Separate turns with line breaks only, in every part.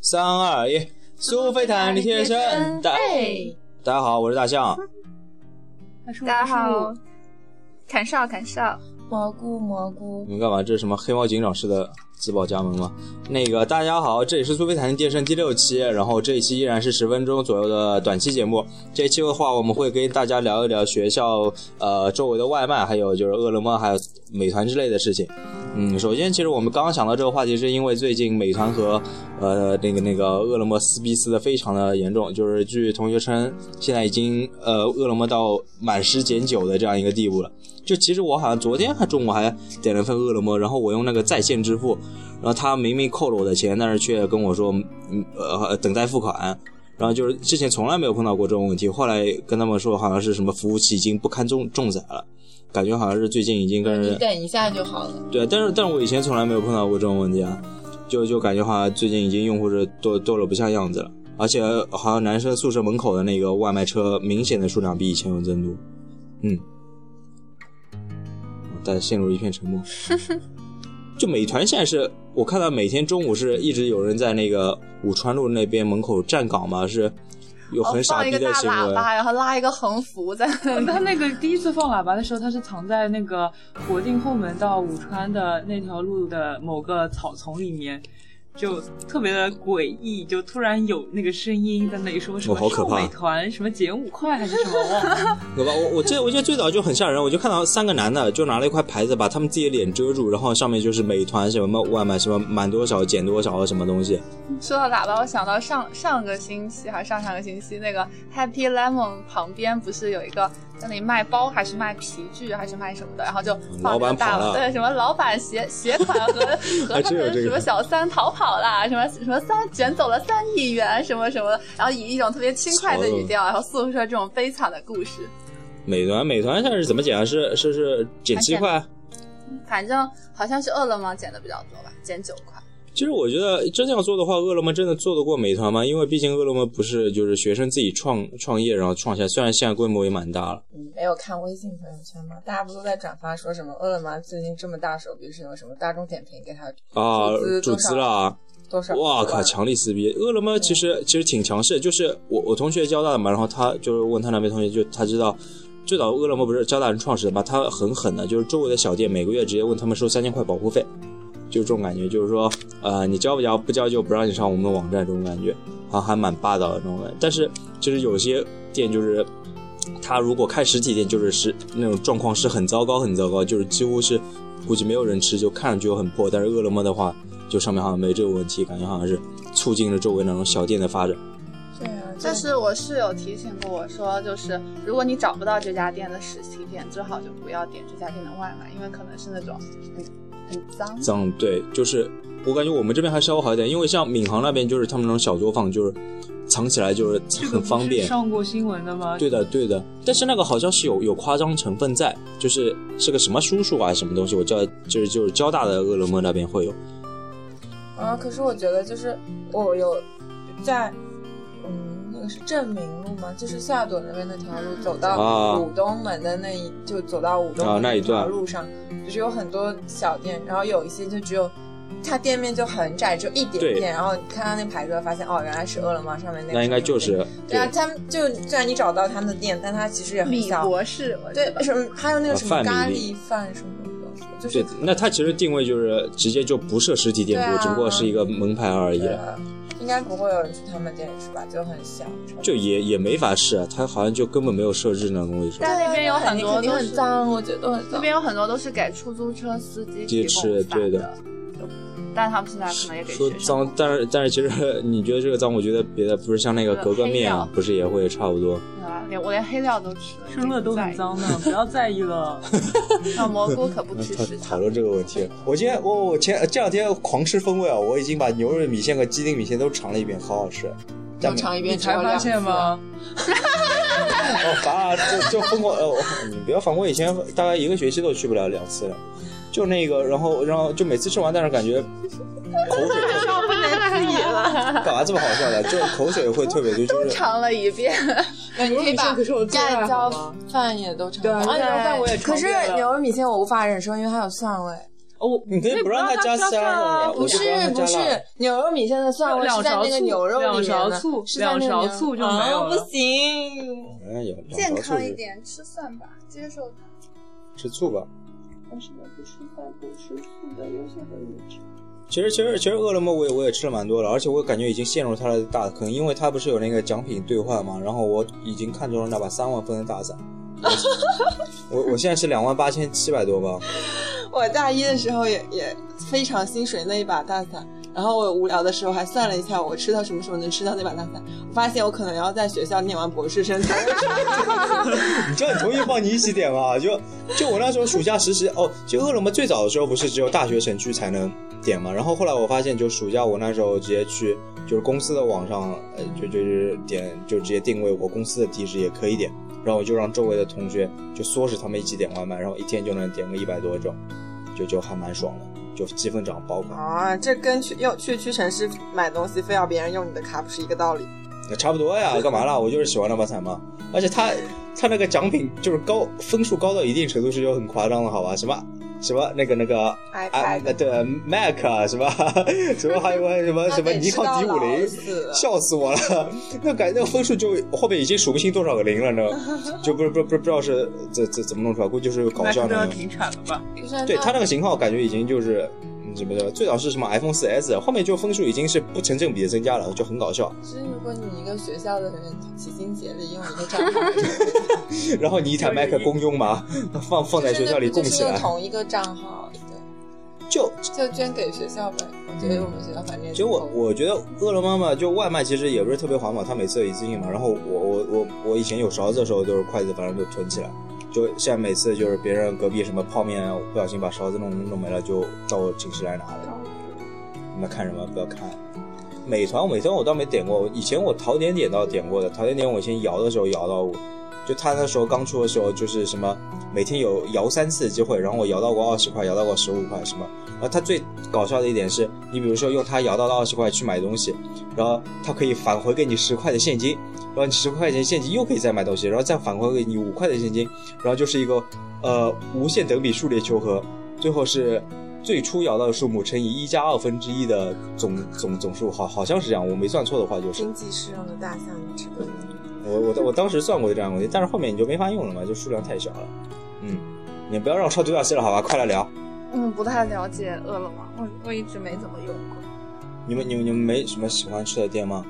三二一，苏菲坦尼贴身。大
哎
大家好，我是大象。
大家好，砍哨砍哨，
蘑菇蘑菇
你，们干嘛？这是什么黑猫警长式的自报家门吗？那个大家好，这里是苏菲弹力电声第六期，然后这一期依然是十分钟左右的短期节目。这一期的话，我们会跟大家聊一聊学校呃周围的外卖，还有就是饿了么，还有美团之类的事情。嗯，首先其实我们刚刚想到这个话题，是因为最近美团和呃那个那个饿了么撕逼撕的非常的严重，就是据同学称，现在已经呃饿了么到满十减九的这样一个地步了。就其实我好像昨天还中午还点了份饿了么，然后我用那个在线支付，然后他明明扣了我的钱，但是却跟我说，嗯呃等待付款。然后就是之前从来没有碰到过这种问题，后来跟他们说好像是什么服务器已经不堪重重载了，感觉好像是最近已经跟人
你等一下就好了。
对，但是但是我以前从来没有碰到过这种问题啊，就就感觉好像最近已经用户是多多了不像样子了，而且好像男生宿舍门口的那个外卖车明显的数量比以前有增多，嗯，大家陷入一片沉 默。就美团现在是我看到每天中午是一直有人在那个武川路那边门口站岗嘛，是有很傻
哦放一
逼
个
的
大
行为。
喇叭，然后拉一个横幅在那里。
嗯他那个第一次放喇叭的时候，他是藏在那个国定后门到武川的那条路的某个草丛里面，就特别的诡异，就突然有那个声音在那里说什
哦好
么
可
臭
怕
美团什么减五块还是什么 忘了，
对吧？我我记得我记得最早就很吓人，我就看到三个男的就拿了一块牌子把他们自己的脸遮住，然后上面就是美团什么外卖什么满多少减多少什么东西。
说到喇叭，我想到上上个星期还是上上个星期，那个 Happy Lemon 旁边不是有一个在那里卖包还是卖皮具还是卖什么的，然后就
老
放了
板
个大
跑了
对什么老板携携款 和和
还
他
真有
们
这个
什么小三逃跑啦，什么什么三卷走了三亿元什么什么的，然后以一种特别轻快的语调，然后诉说这种悲惨的故事。
美团美团现在是怎么减啊？是是是减七块？
反正好像是饿了么减的比较多吧，减九块。
其实我觉得真要做的话，饿了么真的做得过美团吗？因为毕竟饿了么不是就是学生自己创创业然后创起来，虽然现在规模也蛮大了。
你没有看微信朋友圈吗？大家不都在转发说什么饿了么最近这么大手笔是用什么大众点评给他
啊
注资，
注
多少
资了啊！
多少？
哇靠，强力撕逼！饿了么其实其实挺强势，就是我我同学交大的嘛，然后他就是问他那边同学，就他知道最早饿了么不是交大人创始的嘛，他很狠的，就是周围的小店每个月直接问他们收三千块保护费，就是这种感觉，就是说呃你交不交，不交就不让你上我们的网站这种感觉，好像还蛮霸道的这种感觉。但是其实有些店就是。他如果开实体店，就是是那种状况是很糟糕，很糟糕，就是几乎是估计没有人吃，就看上去又很破。但是饿了么的话，就上面好像没这个问题，感觉好像是促进了周围那种小店的发展。
对啊，
但是我室友提醒过我说，就是如果你找不到这家店的实体店，最好就不要点这家店的外卖，因为可能是那种很很脏。
脏对，就是我感觉我们这边还稍微好一点，因为像闵行那边就是他们那种小作坊，就是藏起来就是
这个
很
不
方
是
便。
上过新闻的吗？
对的，对的，但是那个好像是有有夸张成分在，就是是个什么叔叔啊，什么东西，我叫就是就是交大的饿了么那边会有，
啊，可是我觉得就是我有在，嗯，那个是正明路吗？就是夏朵那边那条路，走
啊
到武东门的那一，就走到武东
啊
门
那一
条
段
路上，就是有很多小店，然后有一些就只有。它店面就很窄，只有一
对
点点，然后你看到那牌子，发现哦，原来是饿了么上面那个。
那应该就是
对啊
对，
他们就虽然你找到他们的店，但它其实也很
米
小。
博士，我
对
知道，
什么还有那个
啊
什么
饭
咖
米
喱饭什么的，就是
对，那它其实定位就是直接就不设实体店铺，
对啊
只不过是一个门牌而已了。
呃，应该不会有人去他们店里吃吧，就很小。
就也也没法试啊，它好像就根本没有设置那种位置，
但那边有很多
啊肯定
都
很
是
脏，我觉得都很
那
脏。
边有很多都是给出租车司机
接
提供
吃
饭
对的
的，就但他们现在可能也给
说
学生
脏，但是但是其实你觉得这个脏，我觉得别的不是像那个
这个
格格
黑
面啊
料，
不是也会差不多。
对吧？连我连黑料都吃了，
吃了都 很脏的，不要在意了。
那蘑菇可不吃
讨
食
讨
堂。
论这个问题，我今天我我前这两天狂吃风味啊，我已经把牛肉米线和鸡丁米线都尝了一遍，好好吃。但没
尝一
你
遍，
才发现？
啊
吗？
哦，烦啊！ 就就疯狂呃，我你不要烦，我以前大概一个学期都去不了两次了，就那个，然后然后就每次吃完，但是感觉口水
不能自己了，
干嘛这么好笑的？就口水会特别多，就是
尝了一 遍，
那你可以把
可是我最爱
盖
好
浇
吗
饭也都尝
对
了。
啊，
啊
那
对
顿饭我也
可
尝
是
遍了
牛肉米线我无法忍受，因为它有蒜味。
哦，我
你可以不让它加
香
啊
啊，
我
不是
就不让它加
不是
辣，
牛肉米线的蒜味
两
是在
勺
那个
醋，
牛肉
两
里面
勺
的
醋，，
是在
两
那个
勺
牛
醋就没
啊
有
不
了。
行，
哎呀，两
健
勺醋
康一
就
点，吃蒜吧，接受它。
吃醋吧。
但是我不吃饭不吃素的有什么理智？
其实其实其实饿了么我也我也吃了蛮多了，而且我感觉已经陷入它的大坑，因为它不是有那个奖品兑换嘛，然后我已经看中了那把三万分的大伞，我我现在是两万八千七百多吧，
我大一的时候也也非常心水那一把大伞，然后我无聊的时候还算了一下，我吃到什么时候能吃到那把大伞，我发现我可能要在学校念完博士生才能吃到。
你叫你同学帮你一起点嘛，就就我那时候暑假实习哦，就饿了么最早的时候不是只有大学城区才能点嘛，然后后来我发现就暑假我那时候直接去就是公司的网上，呃，就就是点就直接定位我公司的地址也可以点，然后我就让周围的同学就唆使他们一起点外卖，然后一天就能点个一百多种，就就还蛮爽的，就积分涨爆款，
啊，这跟去用去屈臣氏买东西非要别人用你的卡不是一个道理。
那差不多呀，干嘛啦？我就是喜欢那把伞嘛，而且它它那个奖品就是高分数高到一定程度是有很夸张的，好吧？什么什么那个那个
iPad
啊对 Mac 啊，什么什么还有什么什么尼康 D 五零，笑死我了！那感那个分数就后面已经数不清多少个零了呢，就不是不是不是不知道是怎怎怎么弄出来，估计就是搞
那
笑
可能要
的。
停产了吧？
对它那个型号感觉已经就是。嗯怎么的？最早是什么 iPhone 四 S，后面就分数已经是不成正比的增加了，就很搞笑。
就是如果你一个学校的人齐心协力用一个账号，
然后你一台 Mac 公用嘛，放 放在学校里供
嗯就是
起
用
来，
同一个账号，对，
就
就捐给学校呗。我觉得我们学校反正也挺
嗯就我
抠
我觉得饿了么嘛，就外卖其实也不是特别环保，它每次有一次性嘛。然后我我我我以前有勺子的时候都是筷子，反正就囤起来。就现在每次就是别人隔壁什么泡面，我不小心把勺子弄弄没了，就到我寝室来拿了。你们看什么？不要看。美团，美团我倒没点过，以前我淘点点倒点过的。淘点点我以前摇的时候摇到我，就他那时候刚出的时候，就是什么每天有摇三次的机会，然后我摇到过二十块，摇到过十五块，什么。然后他最搞笑的一点是，你比如说用它摇到了二十块去买东西，然后它可以返回给你十块的现金，然后你十块钱现金又可以再买东西，然后再返回给你五块的现金，然后就是一个呃无限等比数列求和，最后是最初摇到的数目乘以一加二分之一的总总总数，好好像是这样，我没算错的话就是。
经济适用的大象你吃过吗？
我我我当时算过这样的问题，但是后面你就没法用了嘛，就数量太小了。嗯，你不要让我超独角戏了，好吧？快来聊，
嗯，不太了解饿了么，我我一直没怎么用过。
你们你们你们没什么喜欢吃的店吗？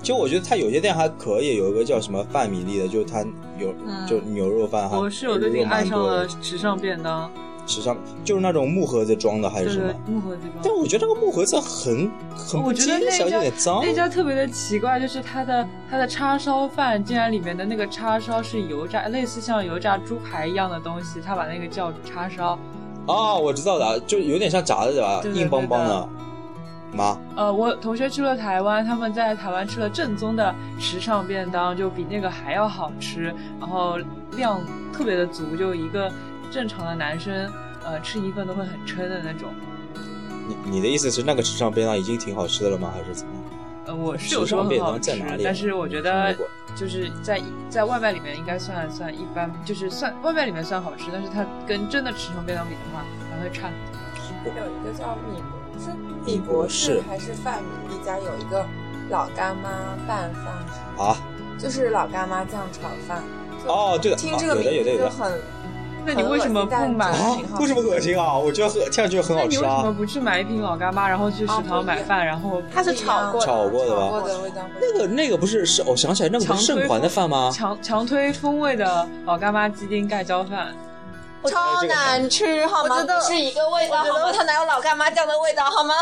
其实我觉得它有些店还可以，有一个叫什么范米粒的，就是它有、
嗯
就牛肉饭哈。
我室友最近爱上了时尚便当，
时尚，就是那种木盒子装的还
对
是什
对
么？，
木盒子
但
装。
我觉得那个木盒子很很不
我觉得
结
那
实，有
家
点脏。
那家特别的奇怪，就是它的它的叉烧饭竟然里面的那个叉烧是油炸，类似像油炸猪排一样的东西，他把那个叫叉烧。
哦，我知道的，就有点像炸的对吧？
对对
硬邦邦
对
的。妈，
呃，我同学去了台湾，他们在台湾吃了正宗的时尚便当，就比那个还要好吃，然后量特别的足，就一个正常的男生，呃，吃一份都会很撑的那种。
你你的意思是那个时尚便当已经挺好吃的了吗？还是怎么样？
呃，我是
时
有说
尚
很
便
好
当在
吃
哪里啊，
但是我觉
没
得
听过
就是在在外卖里面应该算算一般，就是算外卖里面算好吃，但是它跟真的时尚便当比的话，还会差很多。
有一个叫米博，是
米
米
博
博
士
士还是范米一家有一个老干妈拌饭，
啊，
就是老干妈酱炒饭。就
哦对的
听
啊
这个
有的
名
有的
字
有的
就很，
那你为什么不买
很恶
啊
心但
为什
是挺好吃的？
么恶心啊？我觉得喝听上去很
那
好
你
吃
为什么
啊。
不去买一瓶老干妈，然后去食
啊不
堂
一
买
样
饭，然后
它是炒过的，
炒过的吧
炒
我
过
的
的
味道不一样
那个那个不是是，我想起来，那个不
强
是
推
盛环的饭吗？
强强推风味的老干妈鸡丁盖浇饭，
哎
超难吃好吗？
我知道
不是一个味道
我
好
觉
吗？
得
它哪有老干妈酱的味道好吗？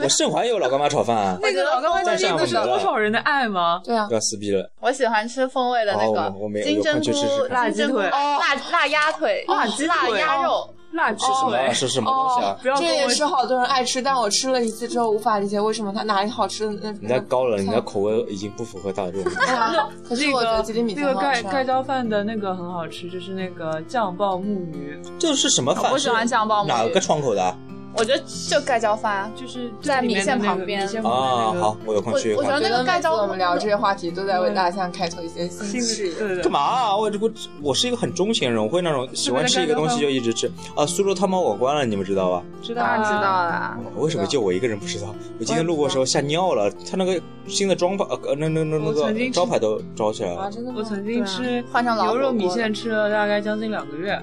我盛环也有老干妈炒饭啊，
那个老干妈鸡丁不是多少人的爱吗？
对啊，
要撕逼了。
我喜欢吃风味的那
哦我我没
个
有
金
有空
针
去试试
菇、
看
辣鸡
哦
腿、辣辣鸭腿、
辣鸡腿
辣鸭肉。
辣鸡
什么
腿
是什么东西啊？
哦不要
哎哦这
跟
也
我
是好多人爱吃，但我吃了一次之后无法理解为什么它哪里好吃的那
你太高了，你的口味已经不符合大众。
哎呀可是
那
我觉
个
得吉林米
那
粉
个
很好
盖
吃啊
盖浇饭的那个很好吃，就是那个酱爆木鱼，
这是什么饭？
我喜欢酱爆
是
木鱼
哪个窗口的啊？
我觉得就盖浇饭啊，
就是
在
米
米线旁边
米线旁边
啊
那，个
好，我有空
我
去
我觉
看
得。那
觉
个
得
盖
每次
浇
我们聊这些话题，都在为
嗯
大象开拓一些新视
新
野。
对对
干嘛啊、我这我我是一个很钟情人，我会那种喜欢吃一个东西就一直吃啊。苏州汤包我关了，你们知道吧？
知道
当然知道
啊，
啦。
我为什么就我一个人不知道？我今天路过的时候吓尿了，他那个新的装牌呃呃那那那那
我曾经
个
吃
招牌都招起来
啊，
了，
真的吗？
我曾经
对啊
吃
换上老
牛肉
火锅
米
了
线吃了大概将近两个月。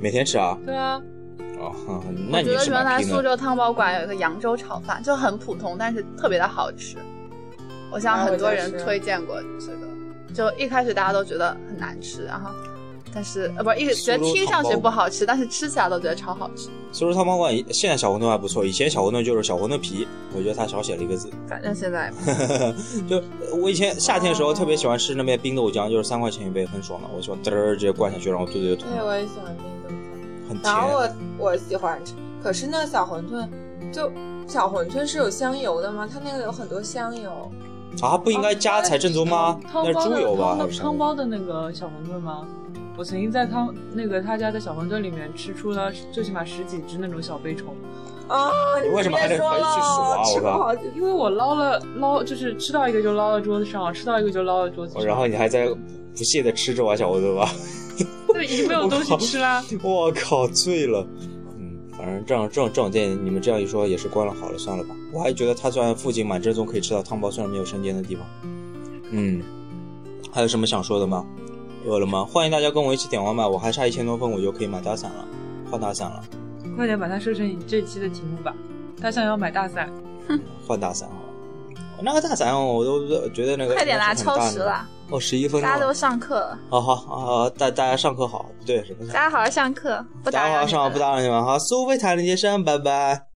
每天吃啊
对啊，
啊，哈哈
我
那
觉
你
得
是
原
蛮
来
拼
苏
的。
州汤包馆有一个扬州炒饭，就很普通，但是特别的好吃。我向很多人推荐过这个，就一开始大家都觉得很难吃，然后但是呃不是一直觉得听上去不好吃，但是吃起来都觉得超好吃，
苏州汤包馆现在小馄饨还不错，以前小馄饨就是小馄饨皮，我觉得它少写了一个字。
反正现在
就呃我以前夏天的时候特别喜欢吃那边冰豆浆，就是三块钱一杯，很爽的。我喜欢嘚儿直接灌下去，然后肚子就痛
对，
了，
我也喜欢冰豆浆。
很甜啊
然。后我我喜欢吃，可是呢，小馄饨就小馄饨是有香油的吗？它那个有很多香油，
啊，不应该加才正宗吗？
汤
那是
包
猪
的
油吧？
汤
还
包
是什
汤
么？
包的那个小馄饨吗？我曾经在汤那个他家的小馄饨里面吃出了最起码十几只那种小飞虫，
啊！
你为什么还得
别说
回去数啊
了，
我
吃不
靠
好几
因为我捞了捞，就是吃到一个就捞到桌子上，吃到一个就捞到桌子
哦
上，
然后你还在不屑的吃着碗小馄饨吧？
对已经没有东西 吃啦。
我靠，醉了。嗯，反正这种这种这种店，你们这样一说也是关了好了，算了吧。我还觉得它虽然附近蛮正宗，可以吃到汤包，虽然没有生煎的地方。嗯，还有什么想说的吗？饿了吗？欢迎大家跟我一起点外卖，我还差一千多份，我就可以买大伞了，换大伞了。
快点把它设成你这期的题目吧。他想要买大伞，
换大伞好了。那个大伞我都觉得那个
快点啦，
很大
超
呢
时了，
哦，十一分 钟
大家都
了。
上课了，
好好好，大大家上课好，不对，什么
大
伞？
家好好上课，不 打
大家
扰
好
你
上
们
不打扰你们，好，苏菲谈林先生，拜拜。